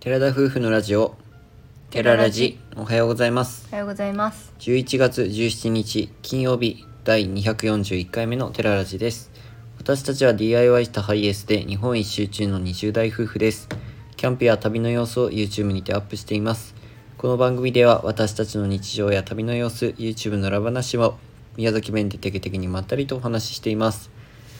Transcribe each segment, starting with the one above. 寺田夫婦のラジオ寺ラジおはようございますおはようございます。 11月17日金曜日第241回目の寺ラジです私たちは DIY したハイエースで日本一周中の20代夫婦ですキャンプや旅の様子を YouTube にてアップしていますこの番組では私たちの日常や旅の様子 YouTube の裏話を宮崎弁でテケテケにまったりとお話ししています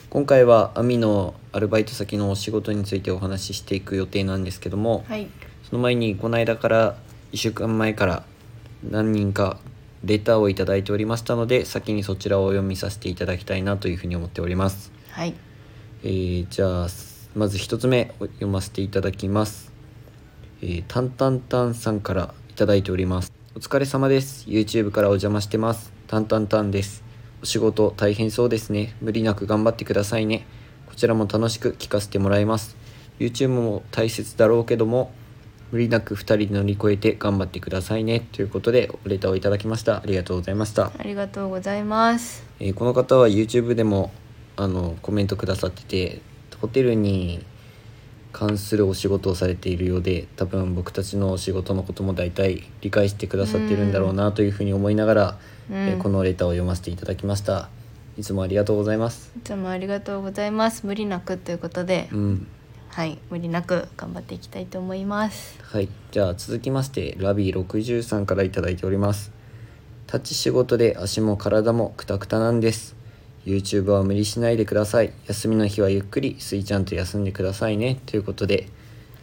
今回は網のアルバイト先のお仕事についてお話ししていく予定なんですけども、はい。その前にこの間から1週間前から何人かレターをいただいておりましたので先にそちらをお読みさせていただきたいなというふうに思っております、はい。えーじゃあまず1つ目を読ませていただきますえー、たんたんたんさんからいただいておりますお疲れ様です YouTube からお邪魔してますたんたんたんですお仕事大変そうですね無理なく頑張ってくださいねこちらも楽しく聞かせてもらいます YouTube も大切だろうけども無理なく2人で乗り越えて頑張ってくださいねということでレターをいただきましたありがとうございましたありがとうございます。えーこの方は YouTube でもあのコメントくださっててホテルに関するお仕事をされているようで多分僕たちのお仕事のことも大体理解してくださってるんだろうなというふうに思いながら、うんえーこのレターを読ませていただきましたいつもありがとうございますいつもありがとうございます。無理なくということで、うんはい、無理なく頑張っていきたいと思います。はい、じゃあ続きましてラビー63からいただいております立ち仕事で足も体もクタクタなんです YouTube は無理しないでください休みの日はゆっくりスイちゃんと休んでくださいねということで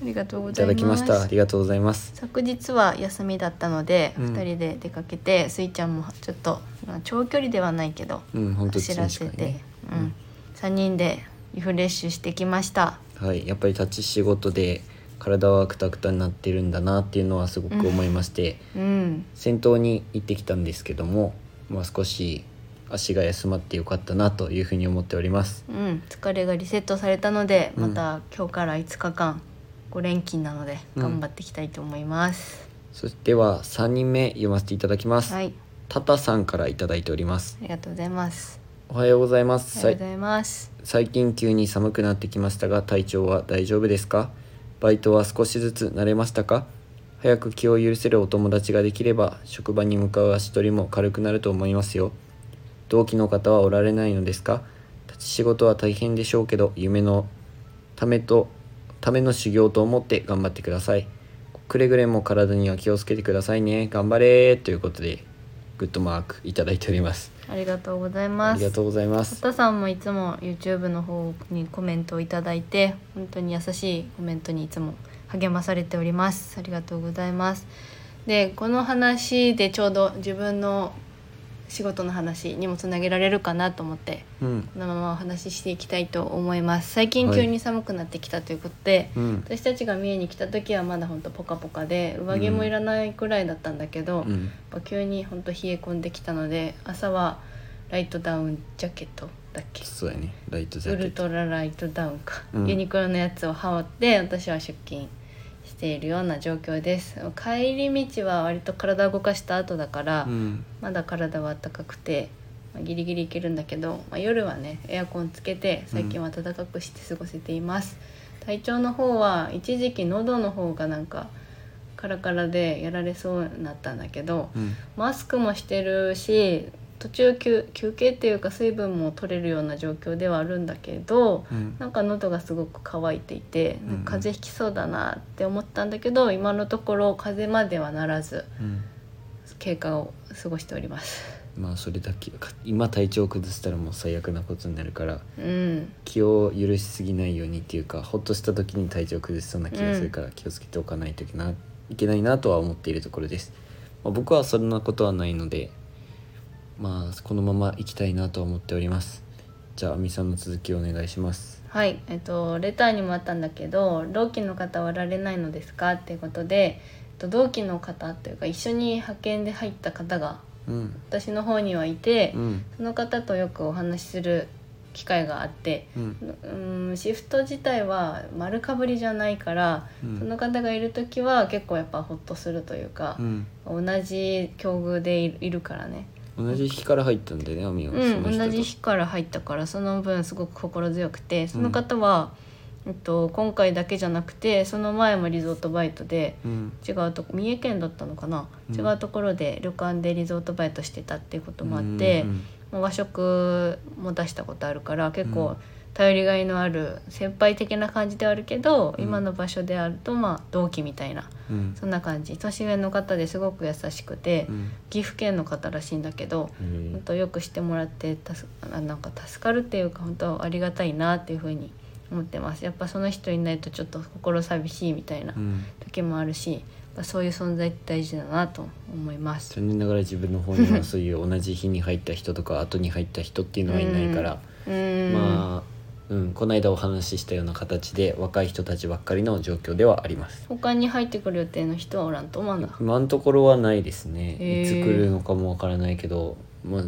ありがとうごいざたいます。だきましたありがとうございます昨日は休みだったので、う二ん人で出かけて、スイちゃんもちょっとまあ長距離ではないけど、うん本当走らせ一日間て、ねううんん、三人でリフレッシュしてきました。はいやっぱり立ち仕事で体はクタクタになってるんだなっていうのはすごく思いまして、うん、先頭に行ってきたんですけども、まあ、少し足が休まってよかったなというふうに思っておりますうん、疲れがリセットされたので、うんまた今日から5日間5連勤なのでうん頑張っていきたいと思います、そしては3人目読ませていただきます、はいタタさんからいただいておりますありがとうございますおはようございまあすりがとうございますさい最近急に寒くなってきましたが体調は大丈夫ですかバイトは少しずつ慣れましたか早く気を許せるお友達ができれば職場に向かう足取りも軽くなると思いますよ同期の方はおられないのですか立ち仕事は大変でしょうけど夢のためとための修行と思って頑張ってくださいくれぐれも体には気をつけてくださいね頑張れということでグッドマークいただいておりますありがとうございあまりがすとうございま佐す田さんもいつも YouTube の方にコメントをいただいて本当に優しいコメントにいつも励まされておりますありがとうございますでこの話でちょうど自分の仕事の話にもつなげられるかなと思ってうんこのままお話ししていきたいと思います最近はい急に寒くなってきたということで、うん私たちが三重に来た時はまだほんとポカポカで上着もいらないくらいだったんだけど、うやっんぱ急にほんと冷え込んできたので朝はライトダウンジャケットだっけそうやねライトジウャケルットトラライトダウンか、うんユニクロのやつを羽織って私は出勤しているような状況です帰り道は割と体を動かした後だから、うんまだ体は暖かくて、まあ、ギリギリいけるんだけど、まあ、夜はねエアコンつけて最近は暖かくして過ごせています、体調の方は一時期喉の方がなんかカラカラでやられそうになったんだけどうんマスクもしてるし途中休休憩っていうか水分も取れるような状況ではあるんだけどうんなんか喉がすごく乾いていてうんうん風邪ひきそうだなって思ったんだけど今のところ風邪まではならずうん経過を過ごしております。まあそれだけか今体調崩したらもう最悪なことになるからうん、気を許しすぎないようにっていうかほっとした時に体調崩しそうな気がするから気をつけておかないといけない,、けないなとは思っているところです、まあ、僕はそんなことはないのでまあこのまま行きたいなとは思っておりますじゃあ亜美さんの続きをお願いしますはい、えっとレターにもあったんだけど「同期の方はおられないのですか?」っていうことで、えっと、同期の方というか一緒に派遣で入った方がうん私の方にはいて、うんその方とよくお話しする機会があって。うんうんシフト自体は丸かぶりじゃないから、うんその方がいる時は結構やっぱホッとするというかう、ん同じ境遇でいいるからね、同じ日から入ったんだよね亜美は、うそん、の人と同じ日から入ったからその分すごく心強くてその方は、えっと、今回だけじゃなくてその前もリゾートバイトでうん違うとこ三重県だったのかな、うん違うところで旅館でリゾートバイトしてたっていうこともあって、うんまあ和食も出したことあるから結うん構頼りがいのある先輩的な感じではあるけど、うん今の場所であるとまあ同期みたいなうんそんな感じ年上の方ですごく優しくて、うん岐阜県の方らしいんだけどうん本当よくしてもらってたすあなんか助かるっていうか本当ありがたいなっていうふうに思ってますやっぱその人いないとちょっと心寂しいみたいなうん時もあるし、やっぱそういう存在って大事だなと思います。残念ながら自分の方にはそういう同じ日に入った人とか後に入った人っていうのはいないから、うーんまあ、うん、この間お話ししたような形で若い人たちばっかりの状況ではあります他に入ってくる予定の人はおらんと思わな今のところはないですね、へーいつ来るのかもわからないけど、まあ、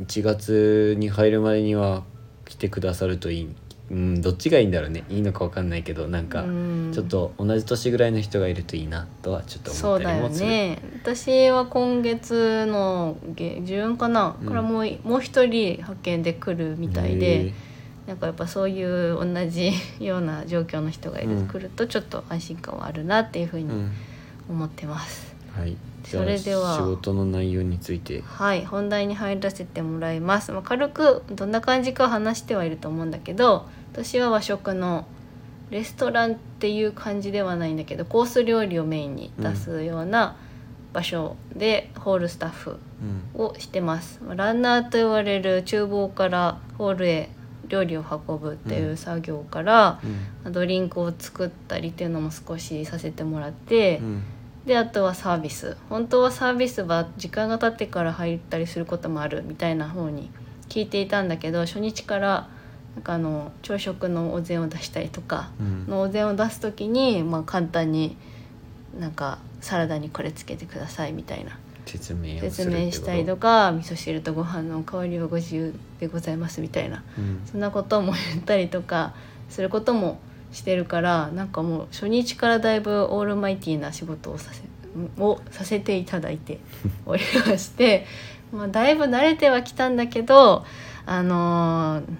1月に入るまでには来てくださるといい、うん、どっちがいいんだろうねいいのかわかんないけどなんかうんちょっと同じ年ぐらいの人がいるといいなとはちょっとそ思っうただりよもする。ね私は今月の下旬かな、うんからもうもう一人派遣で来るみたいへーでなんかやっぱそういう同じような状況の人がいる、うん来るとちょっと安心感はあるなっていうふううにん思ってます、はい、じゃあそれでは仕事の内容についてはい本題に入らせてもらいます、まあ、軽くどんな感じか話してはいると思うんだけど私は和食のレストランっていう感じではないんだけどコース料理をメインに出すような場所でホールスタッフうんをしてますまあランナーと言われる厨房からホールへ料理を運ぶっていう作業から、うんまあドリンクを作ったりっていうのも少しさせてもらって、うんであとはサービス本当はサービスは時間が経ってから入ったりすることもあるみたいな方に聞いていたんだけど初日からなんかあの朝食のお膳を出したりとかうんのお膳を出す時に、まあ、簡単になんかサラダにこれつけてくださいみたいな説明をす説るって明ことしたりとか味噌汁とご飯のお代わりはご自由でございますみたいなうんそんなことも言ったりとかすることもしてるからなんかもう初日からだいぶオールマイティーな仕事をさせをさせていただ いておりまして、まあ、だいぶ慣れてはきたんだけどあのー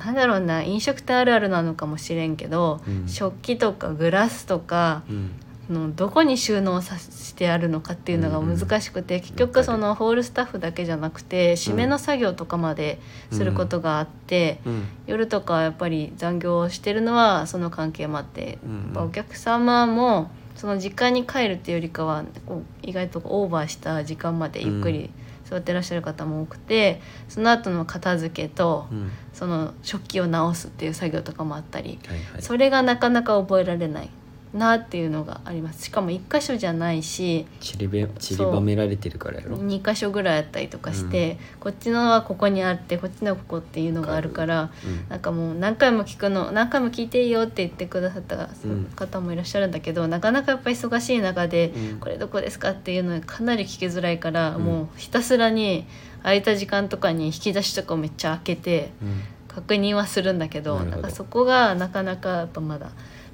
なんだろうな飲食店あるあるなのかもしれんけど、うん食器とかグラスとかうんのどこに収納さしてあるのかっていうのが難しくて、結わか局るそのホールスタッフだけじゃなくて締めの作業とかまですることがあって、うん夜とかやっぱり残業をしてるのはその関係もあって、うんうんやっぱお客様もその時間に帰るっていうよりかはこう意外とオーバーした時間までゆっくり座ってらっしゃる方も多くて、その後の片付けとうんその食器を直すっていう作業とかもあったり。はいはいそれがなかなか覚えられないなっていうのがありますしかも1箇所じゃないし散りべ散りばめられてるからやろ2箇所ぐらいあったりとかして、こっちのはここにあってこっちのはここっていうのがあるからうんなんかもう何回も聞くの何回も聞いていいよって言ってくださったうん方もいらっしゃるんだけど、なかなかやっぱ忙しい中で、うんこれどこですかっていうのかなり聞きづらいから、うんもうひたすらに空いた時間とかに引き出しとかをめっちゃ開けて。うん確認はするんだけどななるほどんかそこがなかなかやっぱまだ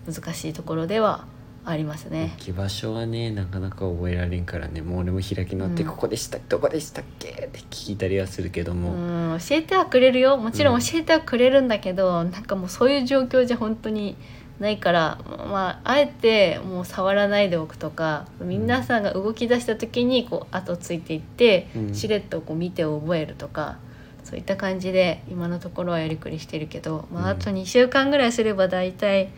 難しいところではありますね置。き場所はねなかなか覚えられんからねもう俺も開き直って「うんここでしたどこでしたっけ?」って聞いたりはするけどうも、ん教えてはくれるよもちろうんん教えてはくれるんだけど、なんかもうそういう状況じゃ本当にないからまああえてもう触らないでおくとか皆さんが動き出した時にこう後ついていって、うんしれっとこう見て覚えるとかそういった感じで今のところはやりくりしてるけど、まあ、うあんと2週間ぐらいすれば大体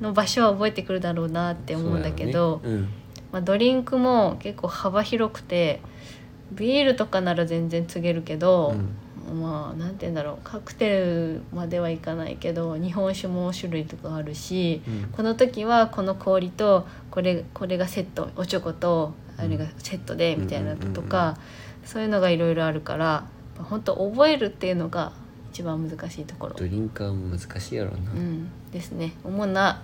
の場所は覚えてくるだろうなって思うんだけど。そうだよねまあ、ドリンクも結構幅広くてビールとかなら全然告げるけど、まあなんて言うんだろうカクテルまではいかないけど日本酒も種類とかあるしうんうんこの時はこの氷とこれこれがセットおちょことあれがセットでうんみたいなのとうんうんか、そういうのがいろいろあるから本当覚えるっていうのが一番難しいところ、ドリンカーも難しいやろうな、うん、ですね主な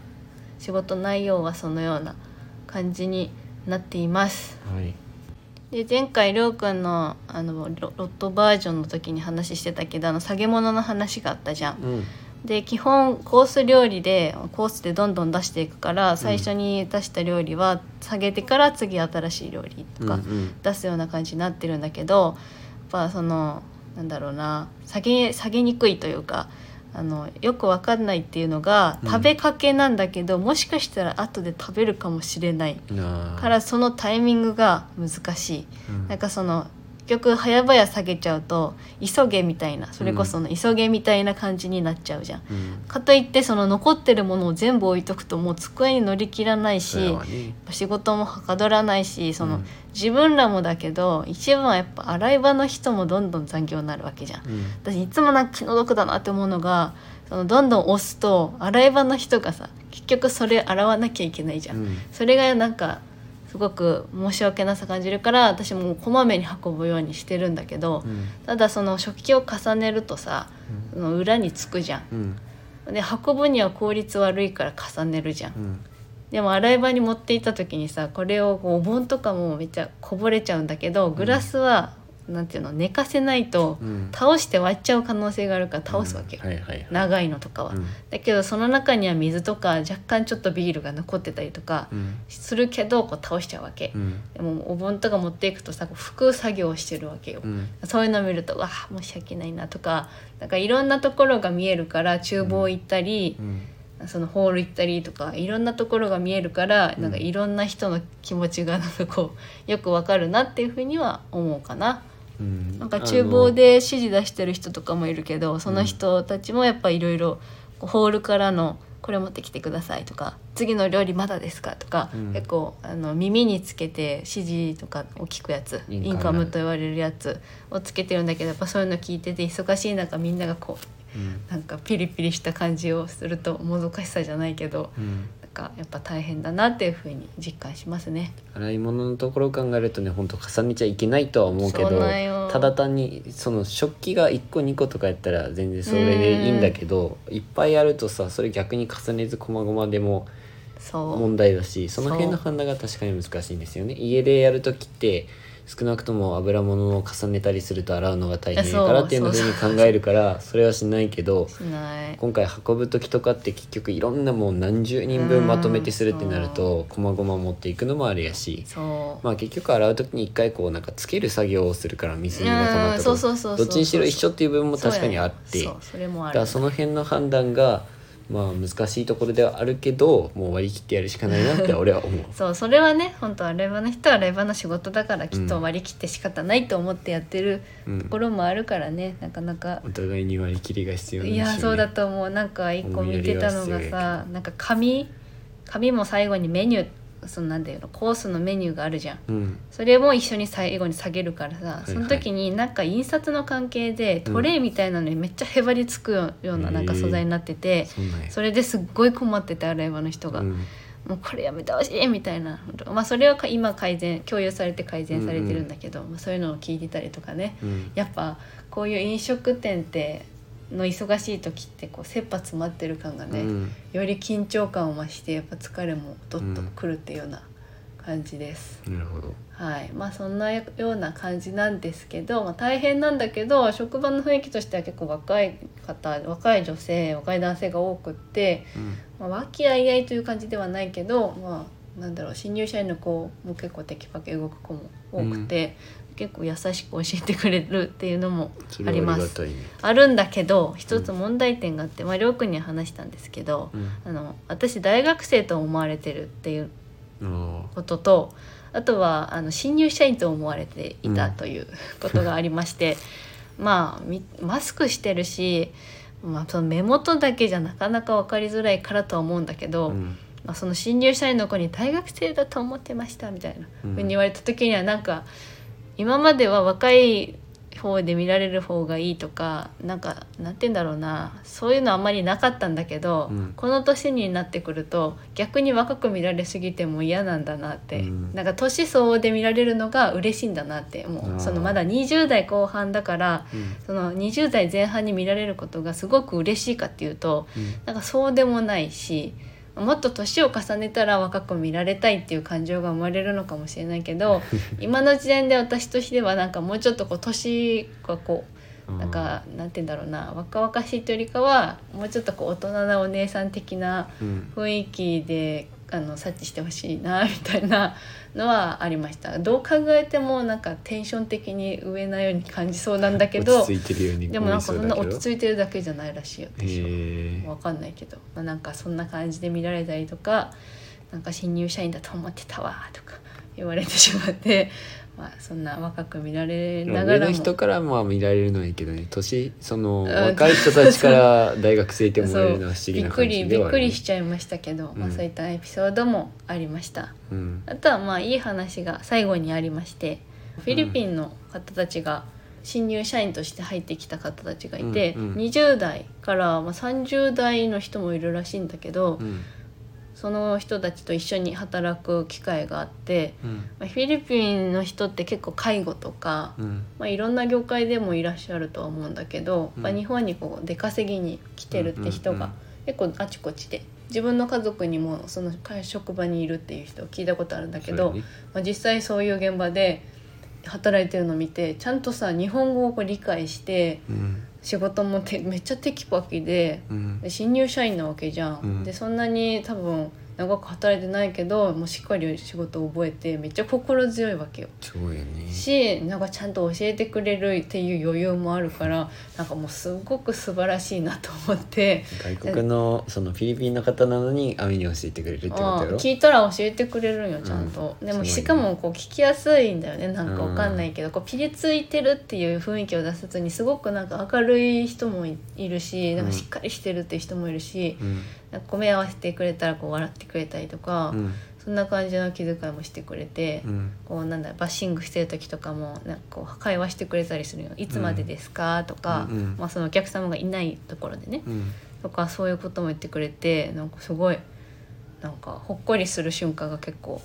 仕事内容はそのような感じになっています。はいで前回りょうくんのあのロロットバージョンの時に話してたけどあの下げ物の話があったじゃん。うんで基本コース料理でコースでどんどん出していくから最初に出した料理は下げてから次新しい料理とかうんうん出すような感じになってるんだけどやっぱそのなんだろうな下げ下げにくいというかあのよくわかんないっていうのがうん食べかけなんだけど、もしかしたら後で食べるかもしれないなあからそのタイミングが難しい。うんなんかその結局早々下げちゃうと急げみたいなそれこそその急げみたいな感じになっちゃうじゃん。うんかといってその残ってるものを全部置いとくともう机に乗り切らないそれしはね仕事もはかどらないしその、うん自分らもだけど一番はやっぱ洗い場の人もどんどん残業になるわけじゃん。うん私いつもなんか気の毒だなって思うのがそのどんどん押すと洗い場の人がさ結局それ洗わなきゃいけないじゃん、うんそれがなんかすごく申し訳なさ感じるから私もこまめに運ぶようにしてるんだけど、うんただその食器を重ねるとさその裏につくじゃうんんで運ぶには効率悪いから重ねるじゃん、うんでも洗い場に持っていった時にさこれをこうお盆とかもめっちゃこぼれちゃうんだけどグラスは、なんていうの寝かせないとうん倒して割っちゃう可能性があるから倒すわけよ、うんはいはいはい長いのとかは、うんだけどその中には水とか若干ちょっとビールが残ってたりとかうんするけどこう倒しちゃうわけ、うんでもお盆とか持っていくとさこう拭く作業をしてるわけよ、うんそういうの見るとわあ申し訳ないなとかなんかいろんなところが見えるから厨房行ったりう、んそのホール行ったりとかいろんなところが見えるから、うんなんかいろんな人の気持ちがなんかこうよくわかるなっていうふうには思うかな。うんなんか厨房で指示出してる人とかもいるけどその人たちもやっぱいろいろホールからの「これ持ってきてください」とか「次の料理まだですか?」とか、うん結構あの耳につけて指示とかを聞くやつインカムインカムと言われるやつをつけてるんだけどやっぱそういうの聞いてて忙しい中みんながこううんなんかピリピリした感じをするともどかしさじゃないけどうんなんかやっぱ大変だなっていうふうに実感しますね。洗い物のところを考えるとね本当重ねちゃいけないとは思うけどそうなんよただ単にその食器が1個2個とかやったら全然それでいいんだけどいっぱいあるとさそれ逆に重ねずこまごまでもそう問題だしその辺のそう判断が確かに難しいんですよね家でやる時って少なくとも油物を重ねたりすると洗うのが大変だからっていうのそうふうに考えるからそれはしないけどしない今回運ぶ時とかって結局いろんなもう何十人分まとめてするってなるとこまごま持っていくのもあれやしそうまあ結局洗う時に一回こうなんかつける作業をするから水にが溜まっうんたそこうそうそうとどそうっちにしろ一緒っていう部分も確かにあってそうやねそうそれもあだるからその辺の判断がまあ難しいところではあるけどもう割り切ってやるしかないなって俺は思うそうそれはね本当はレバの人はレバの仕事だからきっと割り切って仕方ないと思ってやってるうんところもあるからね、なかなかお互いに割り切りが必要なんいでやすよねそうだと思うなんか一個見てたの思いやがりは必要やさなんか紙紙も最後にメニューそのなんていうのコースのメニューがあるじゃんうんそれも一緒に最後に下げるからさ、いその時になんか印刷の関係でトレイみたいなのにめっちゃへばりつくようななんか素材になってて、そうなんやそれですっごい困ってて洗い場の人が、うんもうこれやめてほしいみたいな、まあ、それはか今改善共有されて改善されてるんだけど、まあ、そういうのを聞いてたりとかねうんやっぱこういう飲食店っての忙しい時ってこう切羽詰まってる感がね、うんより緊張感を増してやっぱ疲れもどっとくるっていうような感じです。なるほどはいまあ、そんなような感じなんですけど、まあ、大変なんだけど職場の雰囲気としては結構若い方若い女性若い男性が多くって、うんまあ、和気あいあいという感じではないけど、まあ、なんだろう新入社員の子も結構テキパキ動く子も多くて、結構優しく教えてくれるっていうのもそあれりはあまりがす。たいねあるんだけど一つ問題点があって、まあ、りょうくんには話したんですけど、うんあの私大学生と思われてるっていうあこととあとはあの新入社員と思われていたうんということがあり まして、まあみマスクしてるし、まあ、その目元だけじゃなかなか分かりづらいからとは思うんだけあど、うんまあ、その新入社員の子に「大学生だと思ってました」みたいなうふんうに言われた時にはなんか今までは若い方で見られる方がいいとかなんかなんて言うんだろうなそういうのあんまりなかったんだけど、うんこの年になってくると逆に若く見られすぎても嫌なんだなって、うんなんか年相応で見られるのが嬉しいんだなってもあーうそのまだ20代後半だからうんその20代前半に見られることがすごく嬉しいかっていうとうんなんかそうでもないしもっと年を重ねたら若く見られたいっていう感情が生まれるのかもしれない けど今の時点で私としてはなんかもうちょっとこう年がこうなんかなんて言うんだろうな若々しいというよりかはもうちょっとこう大人なお姉さん的なうん雰囲気であの察知してほしいなみたいなのはありましたどう考えてもなんかテンション的に上なように感じそうなんだけど落ち着いてるようにでもなんかそんな思いうだけ落どち着いてるだけじゃないらしいよ私は。へえわかんないけど、まあ、なんかそんな感じで見られたりとかなんか新入社員だと思ってたわとか言われてしまって、まあ、そんな若く見られなが上らのも人からまあ見られるのはいいけどね年そのうん若い人たちから大学生って思われるのは不思議びっなく感りじびでっはあくるねりしちゃいましたけど、まあ、うんそういったエピソードもありました。うんあとはまあいい話が最後にありましてフィリピンの方たちが新入社員として入ってきた方たちがいて、うんうん20代からまあ30代の人もいるらしいんだけど、うんその人たちと一緒に働く機会があって、うんまあフィリピンの人って結構介護とか、うんまあ、いろんな業界でもいらっしゃるとは思うんだけど、うんまあ日本にこう出稼ぎに来てるって人うんが結構あちこちで自分の家族にもその職場にいるっていう人を聞いたことあるんだけど、そうだねまあ、実際そういう現場で働いてるのを見てちゃんとさ日本語をこう理解してうん仕事もてめっちゃテキパキでうんで新入社員なわけじゃん、うんでそんなに多分長く働いてないけどもうしっかり仕事を覚えてめっちゃ心強いわけよそうやねしなんかちゃんと教えてくれるっていう余裕もあるからなんかもうすごく素晴らしいなと思って外国のそのフィリピンの方なのに網に教えてくれるってことやあろ聞いたら教えてくれるんよちゃんと、うんですごもいねしかもこう聞きやすいんだよねなんかわかんないけど、こうピリついてるっていう雰囲気を出さずにすごくなんか明るい人もいいるしなんかしっかりしてるっていう人もいるし、うんなんか目合わせてくれたらこう笑ってくれたりとか、うんそんな感じの気遣いもしてくれて、うんこうなんだバッシングしてる時とかもなんかこう会話してくれたりするよ「いつまでですか?」とか、うんうんまあ、そのお客様がいないところでね、うんとかそういうことも言ってくれてなんかすごいなんかほっこりする瞬間が結構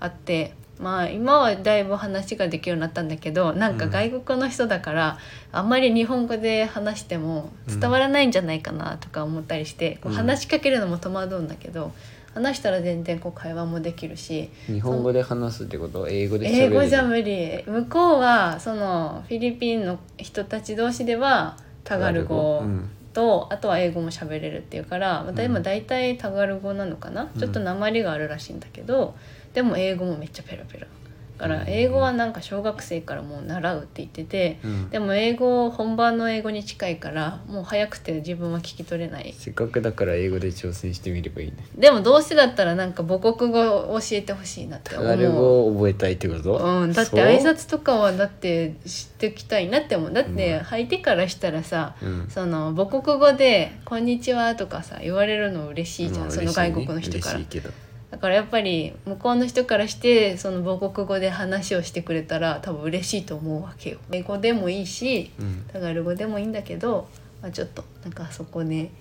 あって。まあ今はだいぶ話ができるようになったんだけどなんかうん外国の人だから、あんまり日本語で話しても伝わらないんじゃないかなとか思ったりして、こううん話しかけるのも戸惑うんだけど話したら全然こう会話もできるし、日本語で話すってこと英語で喋れ英る語じゃ無理向こうはそのフィリピンの人たち同士ではタガル語うんと、あとは英語も喋れるっていうからまた今大体タガル語なのかな、うんちょっと鉛があるらしいんだけどでも英語もめっちゃペラペラだからうん英語はなんか小学生からもう習うって言っててうんでも英語本番の英語に近いからもう早くて自分は聞き取れないせっかくだから英語で挑戦してみればいいねでもどうせだったらなんか母国語を教えてほしいなってタ思うガル語を覚えたいってことうん、だってそう挨拶とかはだって知ってきたいなって思うだってうん相手からしたらさ、うんその母国語で「こんにちは」とかさ言われるの嬉しいじゃん、まあその外国の人か嬉しいねら、嬉しいけどだからやっぱり向こうの人からしてその母国語で話をしてくれたら多分嬉しいと思うわけよ英語でもいいしうんタガル語でもいいんだけど、まあ、ちょっとなんかそこね、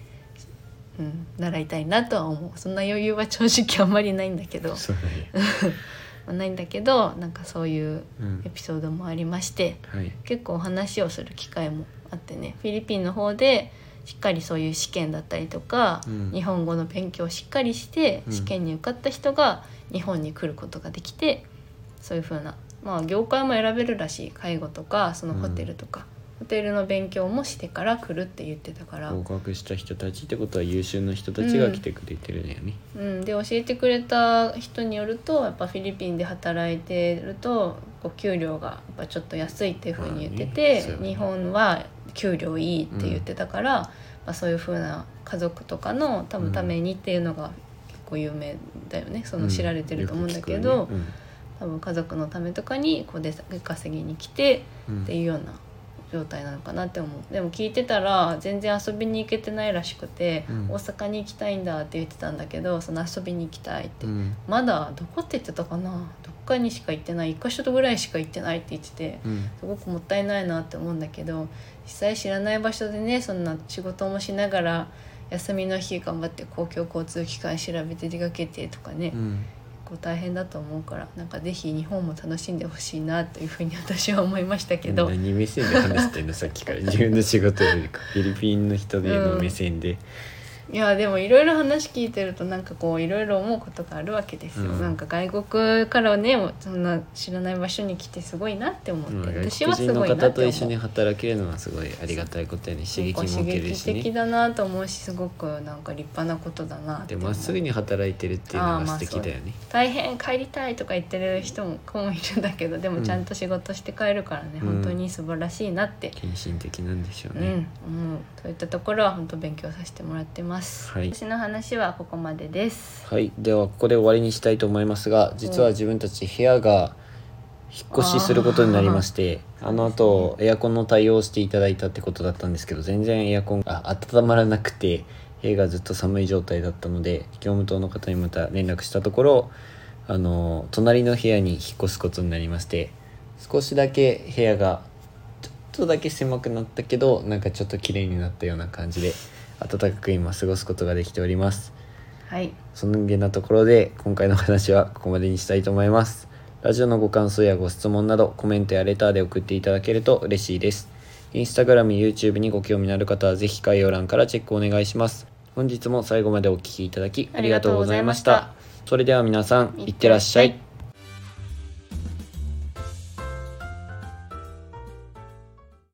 うん、習いたいなとは思うそんな余裕は正直あんまりないんだけど、まそうなんやあないんだけどなんかそういううんエピソードもありましてはい結構お話をする機会もあってねフィリピンの方でしっかりそういう試験だったりとか、うん日本語の勉強をしっかりしてうん試験に受かった人が日本に来ることができてそういう風なまあ業界も選べるらしい介護とかそのホテルとか、ホテルの勉強もしてから来るって言ってたから、合格した人たちってことは優秀な人たちが来てくれてるんだよねうん、で教えてくれた人によるとやっぱフィリピンで働いてるとお給料がやっぱちょっと安いっていうふうに言ってまあねてそう、よね日本は給料いいって言ってたから、まあ、そういうふうな家族とかの多う分んためにっていうのが結構有名だよねそうんの知られてると思うんだけど、よく聞くよね多分家族のためとかにこう出稼ぎに来てうんうんっていうような状態なのかなって思うでも聞いてたら全然遊びに行けてないらしくて、うん大阪に行きたいんだって言ってたんだけどその遊びに行きたいって、うんまだどこって言ってたかなどっかにしか行ってない1か所ぐらいしか行ってないって言っててうんすごくもったいないなって思うんだけど実際知らない場所でねそんな仕事もしながら休みの日頑張って公共交通機関調べて出かけてとかね、うんこう大変だと思うからなんかぜひ日本も楽しんでほしいなというふうに私は思いましたけど、何目線で話してんのさっきから自分の仕事よりかフィリピンの人での目線でいやでもいろいろ話聞いてるとなんかこういろいろ思うことがあるわけですよ、うんなんか外国からねそんな知らない場所に来てすごいなって思って、うん私外国はす人のごいな方ってと思一緒にう働けるのはすごいありがたいことやね刺激も刺受ける激し的ねだなと思うしすごくなんか立派なことだなってで思まうっすぐに働いてるっていうあーのがまあ素敵だよね大変帰りたいとか言ってる人も子もいるんだけどでもちゃんと仕事して帰るからね、うん本当に素晴らしいなって献身的なんでしょううね、ん、思うそういったところは本当勉強させてもらってまはいす、私の話はここまでですはいではここで終わりにしたいと思いますが実は自分たち部屋が引っ越しすることになりましてああーの後エアコンの対応をしていただいたってことだったんですけど全然エアコンがあ温まらなくて部屋がずっと寒い状態だったので業務棟の方にまた連絡したところあの隣の部屋に引っ越すことになりまして少しだけ部屋がちょっとだけ狭くなったけどなんかちょっと綺麗になったような感じで暖かく今過ごすことができております。はいそのげなところで今回の話はここまでにしたいと思います。ラジオのご感想やご質問などコメントやレターで送っていただけると嬉しいです。インスタグラム、YouTube にご興味のある方はぜひ概要欄からチェックお願いします。本日も最後までお聴きいただきありがとうございました。ありがとうございそれでは皆さん、いってらっしゃい